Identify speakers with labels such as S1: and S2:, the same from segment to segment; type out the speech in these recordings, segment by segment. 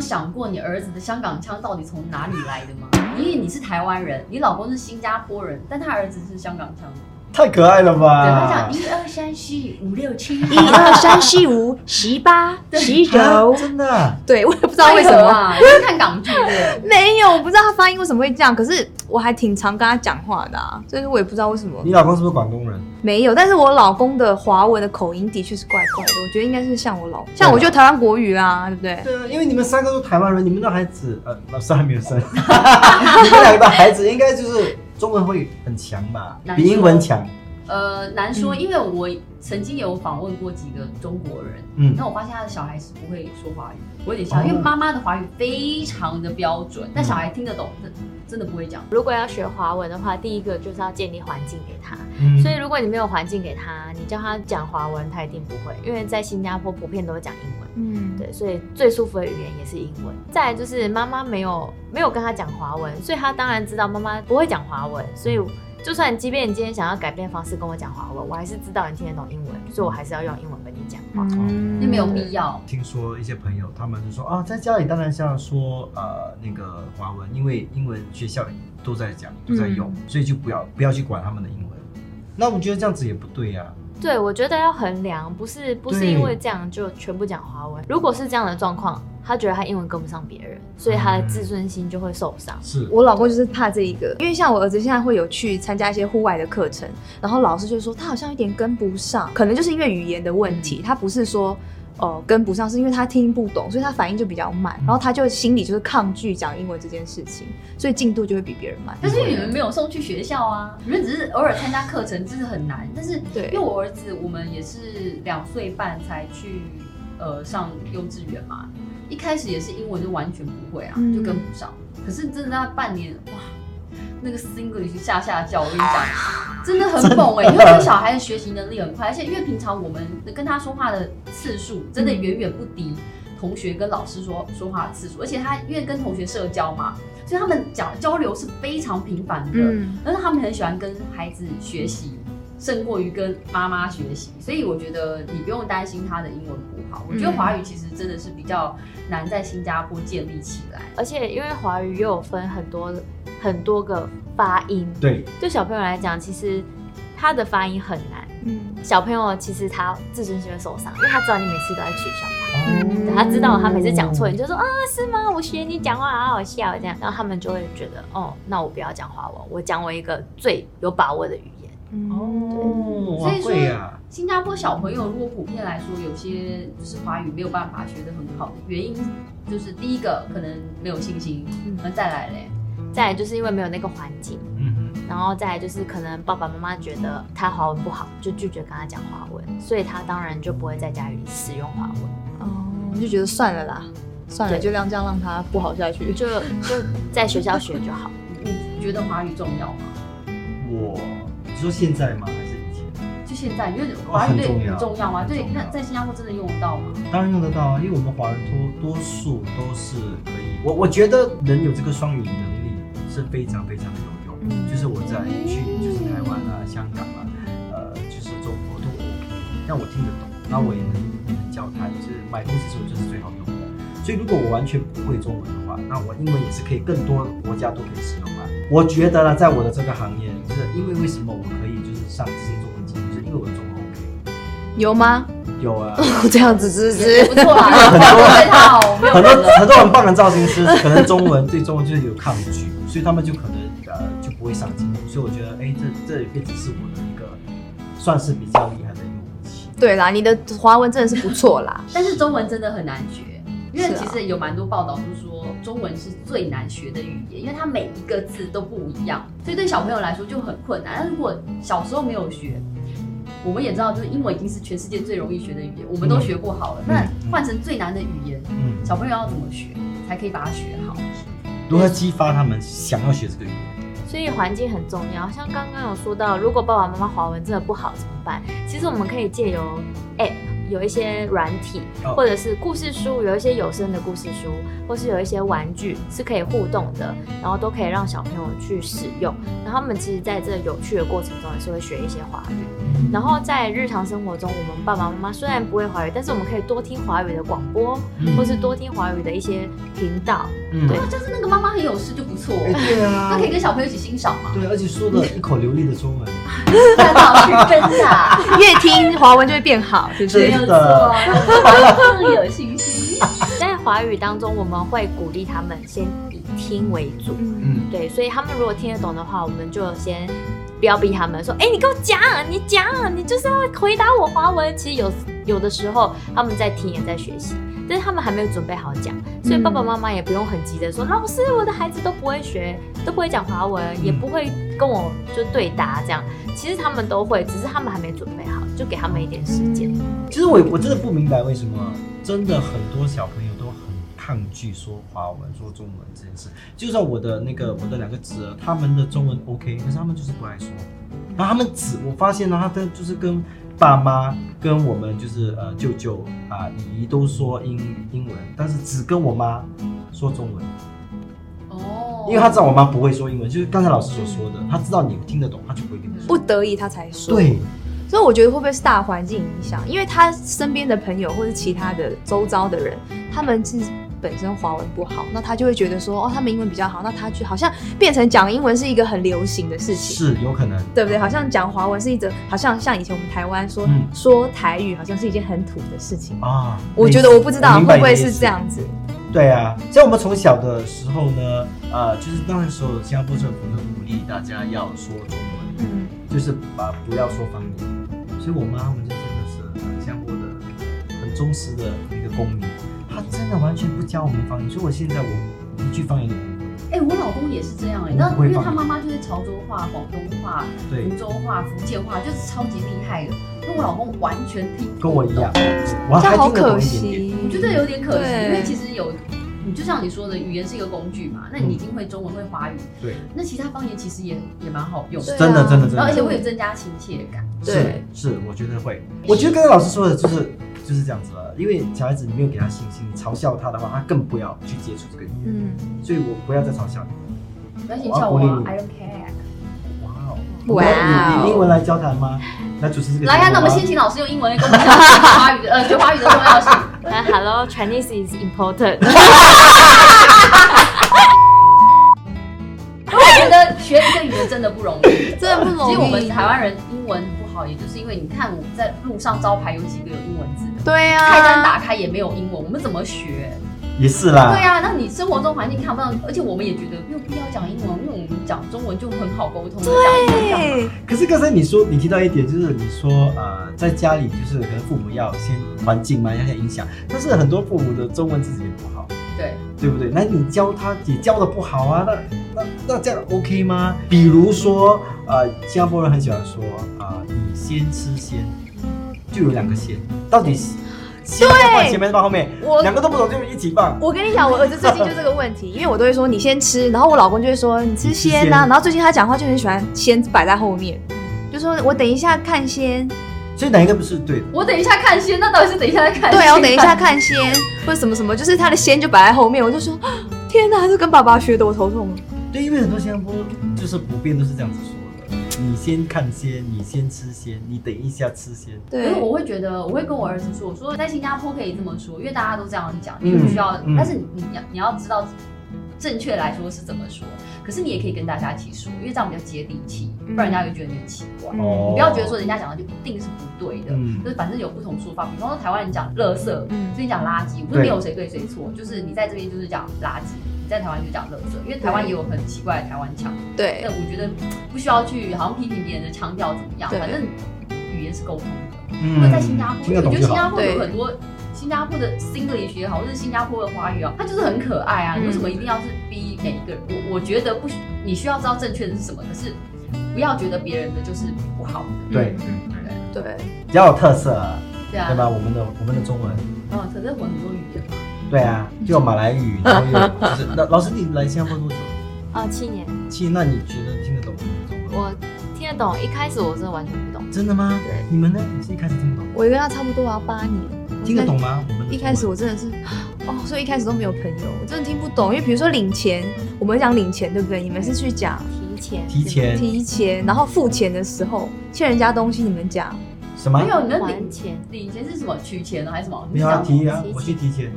S1: 想过你儿子的香港腔到底从哪里来的吗？因为你是台湾人，你老公是新加坡人，但他儿子是香港腔。
S2: 太可爱了
S1: 对，他讲
S2: 吧！
S1: 一二三四五六七，
S3: 一二三四五十八十
S2: 啊
S3: 九，
S2: 真的啊
S3: 对我也不
S1: 不
S3: 知道为什么，
S1: 啊？因为看港剧的，
S3: 没有，我不知道他发音为什么会这样，可是我还挺常跟他讲话的、啊，所以说我也不知道为什么
S2: 你老公是不是广东人？
S3: 没有，但是我老公的华文的口音的确是怪怪的，我觉得应该是像我老，像我就台湾国语啊，对不对？
S2: 对啊，因为你们三个都台湾人，你们的孩子呃， 老师还没有生，你们两个的孩子应该就是中文会很强吧，
S1: 难
S2: 比
S1: 说
S2: 英文强。
S1: 呃，难说，
S3: 嗯
S1: 因为我曾经有访问过几个中国人，
S2: 嗯
S4: 哦
S1: 那我发现他的小孩是不会说华语的，我有点
S2: 哦
S1: 像，因为妈妈的华语非常的标准，但小孩听得懂，但真的不会讲。
S4: 如果要学华文的话，第一个就是要建立环境给他。
S2: 嗯，
S4: 所以如果你没有环境给他，你叫他讲华文，他一定不会，因为在新加坡普遍都会讲英文。
S3: 嗯，
S4: 对，所以最舒服的语言也是英文。再来就是妈妈没有没有跟他讲华文，所以他当然知道妈妈不会讲华文，所以就算即便你今天想要改变方式跟我讲华文，我还是知道你听得懂英文，所以我还是要用英文跟你讲话。
S3: 嗯
S1: 那没有必要，
S2: 听说一些朋友他们就说啊，在家里当然是要说呃那个华文，因为英文学校都在讲都在用，
S4: 嗯
S2: 所以就不要不要去管他们的英文。那我觉得这样子也不对啊呀、
S4: 对，我觉得要衡量，不是不是
S2: 对
S4: 因为这样就全部讲华文。如果是这样的状况，他觉得他英文跟不上别人，所以他的
S2: 嗯
S4: 自尊心就会受伤。
S2: 是
S3: 我老公就是怕这一个，因为像我儿子现在会有去参加一些户外的课程，然后老师就说他好像有点跟不上，可能就是因为语言的问题，他不是说。呃，跟不上是因为他听不懂，所以他反应就比较慢，然后他就心里就是抗拒讲英文这件事情，所以进度就会比别人慢。
S1: 但是你们没有送去学校啊，你们只是偶尔参加课程，这是很难。但是
S3: 对
S1: 因为我儿子我们也是两岁半才去呃上幼稚园嘛，一开始也是英文就完全不会啊，
S3: 嗯
S1: 就跟不上。可是真的那半年哇，那个 English 下下叫，我跟你讲。真的很猛哎、因为小孩的学习能力很快，而且因为平常我们跟他说话的次数真的
S3: 嗯
S1: 远远不敌同学跟老师说说话的次数，而且他因为跟同学社交嘛，所以他们讲交流是非常频繁的。
S3: 嗯，
S1: 但是他们很喜欢跟孩子学习，胜过于跟妈妈学习，所以我觉得你不用担心他的英文不好。我觉得
S3: 嗯
S1: 华语其实真的是比较难在新加坡建立起来。
S4: 而且因为华语又有分很多很多个发音，
S2: 对，
S4: 对小朋友来讲，其实他的发音很难。
S3: 嗯，
S4: 小朋友其实他自尊心会受伤，因为他知道你每次都在取笑他，
S3: 嗯
S4: 他知道他每次讲错，你就说啊是吗？我学你讲话好好笑这样，然后他们就会觉得哦，那我不要讲华文，我讲我一个最有把握的语言。
S3: 嗯
S2: 哦，
S1: 所以
S2: 哇
S1: 说
S2: 贵呀、
S1: 新加坡小朋友如果普遍来说，有些就是华语没有办法学得很好的原因，就是第一个可能没有信心，
S4: 嗯
S1: 那再来嘞，
S4: 再来就是因为没有那个环境，
S2: 嗯哼，
S4: 然后再来就是可能爸爸妈妈觉得他华文不好，就拒绝跟他讲华文，所以他当然就不会在家里使用华文，
S3: 哦，我就觉得算了啦，算了，
S4: 对
S3: 就让这样让他不好下去。
S4: 就就在学校学就好。
S1: 你你觉得华语重要吗？
S2: 我你说现在吗？还是以前？
S1: 就现在，你觉得华语对
S2: 很重
S1: 你
S2: 要
S1: 重要吗？对，
S2: 很重要
S1: 那在新加坡真的用得到吗？
S2: 当然用得到啊，因为我们华人多多数都是可以，我我觉得人有这个双语能力是非常非常的有用。
S3: 嗯
S2: 就是我在去就是台湾啊、香港啊，呃，就是中国都 OK，让我听得懂，然后我也能也能交谈，就是买东西的时候就是最好用的。所以如果我完全不会中文的话，那我英文也是可以更多国家都可以使用啊。我觉得呢，在我的这个行业，就是因为为什么我可以就是上这些中文节目，就是因为我的中文 OK。
S3: 有吗？
S2: 有啊，
S3: 这样子是不
S1: 也不错啦，啊 我对他好，没有
S2: 很多很多很棒的造型师，可能中文对中文就是有抗拒，所以他们就可能呃就不会上节目。所以我觉得，哎，这这也只是我的一个算是比较厉害的一个武器。
S3: 对啦，你的华文真的是不错啦。
S1: 但是中文真的很难学，因为
S3: 是啊
S1: 其实有蛮多报道都说中文是最难学的语言，因为它每一个字都不一样，所以对小朋友来说就很困难。但如果小时候没有学，我们也知道，就是英文已经是全世界最容易学的语言，我们都学过好了。那换成最难的语言，
S2: 嗯，
S1: 小朋友要怎么学才可以把它学好？
S2: 如何激发他们想要学这个语言？
S4: 所以环境很重要。像刚刚有说到，如果爸爸妈妈华文真的不好怎么办？其实我们可以借由 App、有一些软体，
S2: 哦
S4: 或者是故事书，有一些有声的故事书，或是有一些玩具是可以互动的，然后都可以让小朋友去使用。然后他们其实在这有趣的过程中，也是会学一些华语。然后在日常生活中，我们爸爸妈妈虽然不会华语，但是我们可以多听华语的广播，
S2: 嗯
S4: 或是多听华语的一些频道。
S2: 嗯
S4: 对
S1: 就是那个妈妈很有事就不错，
S2: 哎对啊
S1: 那可，以跟小朋友一起欣赏嘛。
S2: 对，而且说的一口流利的中文，
S1: 真的，真的，
S3: 越听华文就会变好，是不
S1: 没
S3: 是
S1: 有？
S2: 真
S1: 错
S2: 的，
S1: 更有信心。
S4: 在华语当中，我们会鼓励他们先以听为主，
S3: 嗯，
S2: 嗯，
S4: 对，所以他们如果听得懂的话，我们就先不要逼他们说，哎、你给我讲，你讲，啊你就是要回答我华文。其实有有的时候他们在听也在学习，但是他们还没有准备好讲，所以爸爸妈妈也不用很急的说，老师，我的孩子都不会学，都不会讲华文，也不会跟我就对答这样。其实他们都会，只是他们还没准备好，就给他们一点时 间。
S2: 其实我我真的不明白为什么，真的很多小朋友都很抗拒说华文、说中文这件事。就算我的那个我的两个侄儿，他们的中文 OK，可是他们就是不爱说。然后他们只我发现呢，他的就是跟爸妈、跟我们就是呃舅舅啊、姨姨都说英英文，但是只跟我妈说中文，
S1: 哦
S2: 因为他知道我妈不会说英文，就是刚才老师所说的，他知道你听得懂，他就不会跟你
S3: 不
S2: 说。
S3: 得已他才说。，
S2: 对，
S3: 所以我觉得会不会是大环境影响？因为他身边的朋友或是其他的周遭的人，他们是本身华文不好，那他就会觉得说，哦，他们英文比较好，那他就好像变成讲英文是一个很流行的事情。
S2: 是有可能。
S3: 对不对？好像讲华文是一种，好像像以前我们台湾说、
S2: 嗯
S3: 说台语，好像是一件很土的事情。
S2: 啊，
S3: 我觉得我不知道
S2: 明白
S3: 会不会
S2: 你的意
S3: 是
S2: 思
S3: 这样子。
S2: 对啊，像我们从小的时候呢，呃，就是那时候新加坡政府就鼓励大家要说中文，
S3: 嗯，
S2: 就是把不要说方言。所以我妈他们就真的是很新加坡的很忠实的一个公民，她真的完全不教我们方言，所以我现在我一句方言都不
S1: 哎、我老公也是这样哎、
S2: 我
S1: 那
S2: 不会
S1: 因为
S2: 放
S1: 他妈妈就是潮州话、广东话、
S2: 对
S1: 福，州话、福建话，就是超级厉害的。那我老公完全听不懂
S2: 跟我一样，我
S3: 这
S2: 啊还
S3: 样好
S2: 听得
S3: 可
S2: 懂一点点。
S3: 惜。
S1: 我觉得有点可惜，
S3: 对
S1: 因为其实有，你就像你说的，语言是一个工具嘛，那
S2: 嗯
S1: 你一定会中文、会华语，
S2: 对，
S1: 那其他方言其实也也蛮好用
S3: 对
S1: 的，
S3: 啊
S2: 真的真的真
S1: 然后而
S2: 的，
S1: 且会有增加亲切感。
S3: 对
S2: 是是，我觉得会。我觉得刚才老师说的就是
S3: 嗯
S2: 就是这样子啊了，因为小孩子你没有给他信心，你嘲笑他的话，他更不要去接触这个语言。
S3: 嗯，
S2: 所以我不要再嘲笑你。
S1: 没关系，
S2: 我要
S1: 叫我
S2: 鼓励你
S1: 啊 I don't care。
S2: 哇哦！
S3: 哇哦
S2: 你你英文来交谈吗？来主持这个节目吗。
S1: 来看，那我们先请老师用英文跟我们讲学华语的，呃，学华语的重要性。
S4: 那 Hello Chinese 啊 is important。
S1: 我觉得学一个语言真的不容 易。
S3: 真的不容易。
S1: 其实我们台湾人英文不好，也就是因为你看我们在路上招牌有几个有英文字的，
S3: 对啊，
S1: 菜单打开也没有英文，我们怎么学？
S2: 也是啦。
S3: 啊
S1: 对呀、那你生活中环境看不到，而且我们也觉得没有必要讲英文，因为我们讲中文就很好沟通。对，
S3: 对
S2: 可是刚才你说，你提到一点，就是你说呃，在家里就是可能父母要先环境嘛，要先影响。但是很多父母的中文自己也不好，
S1: 对，
S2: 对不对？那你教他也教的不好啊，那那那这样 OK 吗？比如说呃，新加坡人很喜欢说啊、你先吃先，就有两个先，到底先放前面放后面，
S3: 我
S2: 两个都不懂就一起放。
S3: 我跟你讲，我儿子最近就这个问题，因为我都会说你先吃，然后我老公就会说你吃
S2: 你吃先
S3: 先呐、然后最近他讲话就很喜欢先摆在后 面，就说我等一下看先，
S2: 所以哪一个不是对的？
S1: 我等一下看先，那到底是等一下再看先？
S3: 对啊，我等一下看先，或者什么什么，就是他的先就摆在后面，我就说哦天哪，这跟爸爸学的，我头痛了。
S2: 对，因为很多新加坡就是普遍都是这样子说的，你先看先，你先吃先，你等一下吃先。
S1: 可是，
S3: 对
S1: 我会觉得，我会跟我儿子说，我说在新加坡可以这么说，因为大家都这样讲，
S2: 嗯
S1: 你不需要，
S2: 嗯
S1: 但是你你要你要知道正确来说是怎么说，可是你也可以跟大家一起说，因为这样比较接地气，不然人
S3: 嗯
S1: 家会觉得你很奇怪。
S2: 哦
S1: 嗯你不要觉得说人家讲的就一定是不对的，
S2: 嗯
S1: 就是反正有不同说法。比方说台湾人讲垃圾，
S3: 嗯
S1: 所以你讲垃圾，不是没有谁对谁错，就是你在这边就是讲垃圾，你在台湾就讲垃圾，因为台湾也有很奇怪的台湾腔。
S3: 对
S1: 但，我觉得不需要去好像批评别人的腔调怎么样，
S3: 对
S1: 反正语言是沟通的。
S2: 嗯
S1: 因为在新加坡，
S2: 听得
S1: 我
S2: 懂
S1: 觉得
S2: 就
S1: 新加
S2: 好。
S1: 坡有
S3: 对
S1: 很多。新加坡的 Singlish 也好，或者是新加坡的华语啊，它就是很可爱啊。
S3: 嗯
S1: 你为什么一定要是逼每一个人？我我觉得不需，你需要知道正确的是什么，可是不要觉得别人的就是不好的。
S2: 对，
S1: 嗯
S3: 对，
S2: 比较有特色啊，
S1: 对啊，
S2: 对吧？我们的我们的中文，
S1: 哦，可是我很多语言嘛，
S2: 对啊，就有马来语，然后有 就是老老师你来新加坡多久？
S4: 哦，七年，
S2: 其实那你觉得听得懂我们的中文？
S4: 我听得懂，一开始我真的完全不懂。
S2: 真的吗？
S4: 对
S2: 你们呢？你是一开始听不懂，
S3: 我跟他差不多啊，八年。
S2: 听得懂吗？我们的
S3: 一开始
S2: 中
S3: 我
S2: 文
S3: 真的是，哦，所以一开始都没有朋友，我真的听不懂。因为比如说领钱，我们会讲领钱，对不对？你们是去讲
S4: 提前，
S2: 提前
S3: 提钱，然后付钱的时候欠人家东西，你们讲
S2: 什么
S1: 没？哎有你的
S4: 还
S1: 领
S4: 钱，
S1: 领钱是什么？取钱的还是什么？
S2: 没有啊，
S1: 你讲
S2: 提啊
S4: 提，
S2: 我去提钱。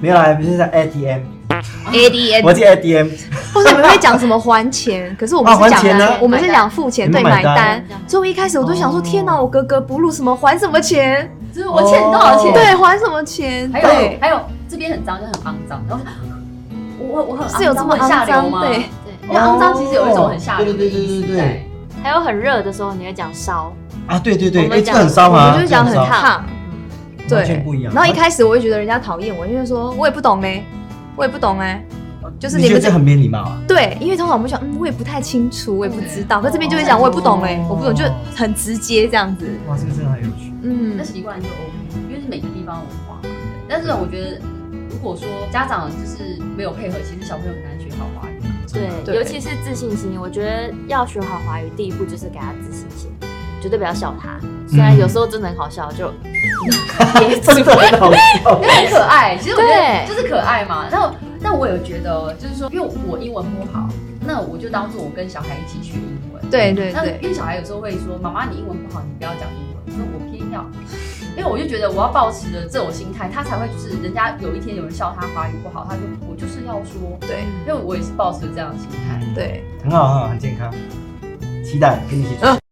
S2: 没有啦，不是在 ATM，
S3: ADN，
S2: 我去 ATM，
S3: 或者你们会讲什么还钱，可是我们
S2: 啊
S3: 是
S2: 还
S3: 讲
S2: 钱呢
S3: 我们是讲付钱，
S2: 你们
S3: 对，
S2: 买
S3: 买
S2: 单
S3: 单
S4: 这样。
S3: 所以我一开始我都想说，
S2: 哦
S3: 天哪，我格格不入，什么还什么钱？
S1: 就是我欠你多少钱？
S2: 哦
S3: 对，还什么钱？
S1: 还
S3: 对
S1: 有，还有这边很脏，就很肮脏。然后我我我很
S3: 是有这么
S1: 肮脏很
S3: 肮
S1: 下
S3: 脏
S1: 流？吗？
S3: 对，
S1: 因为肮脏其实有一种很下流
S2: 哦
S1: 的
S2: 对对
S1: 意
S2: 对对
S1: 思
S2: 对
S1: 在
S2: 对。
S4: 还有很热的时候，你会讲烧，
S2: 啊，对对对，
S4: 我
S2: 哎，
S4: 们
S2: 这
S4: 讲
S2: 个很
S3: 我
S2: 骚吗？
S3: 们就是讲很
S2: 这个骚
S3: 烫。
S2: 完全
S3: 对，
S2: 不一样。
S3: 然后一开始我会觉得人家讨厌我，因为说我也不懂呢，我也不懂哎。就是
S2: 哦你
S3: 你
S2: 觉
S3: 们
S2: 得这
S3: 这
S2: 很没礼貌啊？
S3: 对，因为通常我们想，嗯，我也不太清楚，我也不知道。可这边就会讲，
S1: 哦
S3: 我也不懂哎，我不懂，就
S2: 哦
S3: 很直接这样子。
S2: 哇，这个真的很有趣。
S3: 嗯
S1: 那，习惯就 OK，因为是每个地方文化嘛。对但是我觉得，如果说家长就是没有配合，其实小朋友很难学好华语。
S4: 对，
S3: 对
S4: 尤其是自信心，我觉得要学好华语，第一步就是给他自信心，绝对不要笑他。虽然有时候真的很好笑，就 憋住
S2: 真的很好笑。
S1: 因为很可爱，其实我觉得
S4: 对
S1: 就是可爱嘛。然后，但我有觉得，哦就是说，因为我英文不好，那我就当做我跟小孩一起学英文。
S3: 对对
S1: 那
S3: 对
S1: 因为小孩有时候会说：“妈妈，你英文不好，你不要讲英文。”我说：“我偏要。”因为我就觉得我要保持着这种心态，他才会就是人家有一天有人笑他华语不好，他就我就是要说，
S3: 对
S1: 因为我也是保持着这样的心态。
S3: 对。
S2: 很好，很好，很健康。期待跟你一起出去。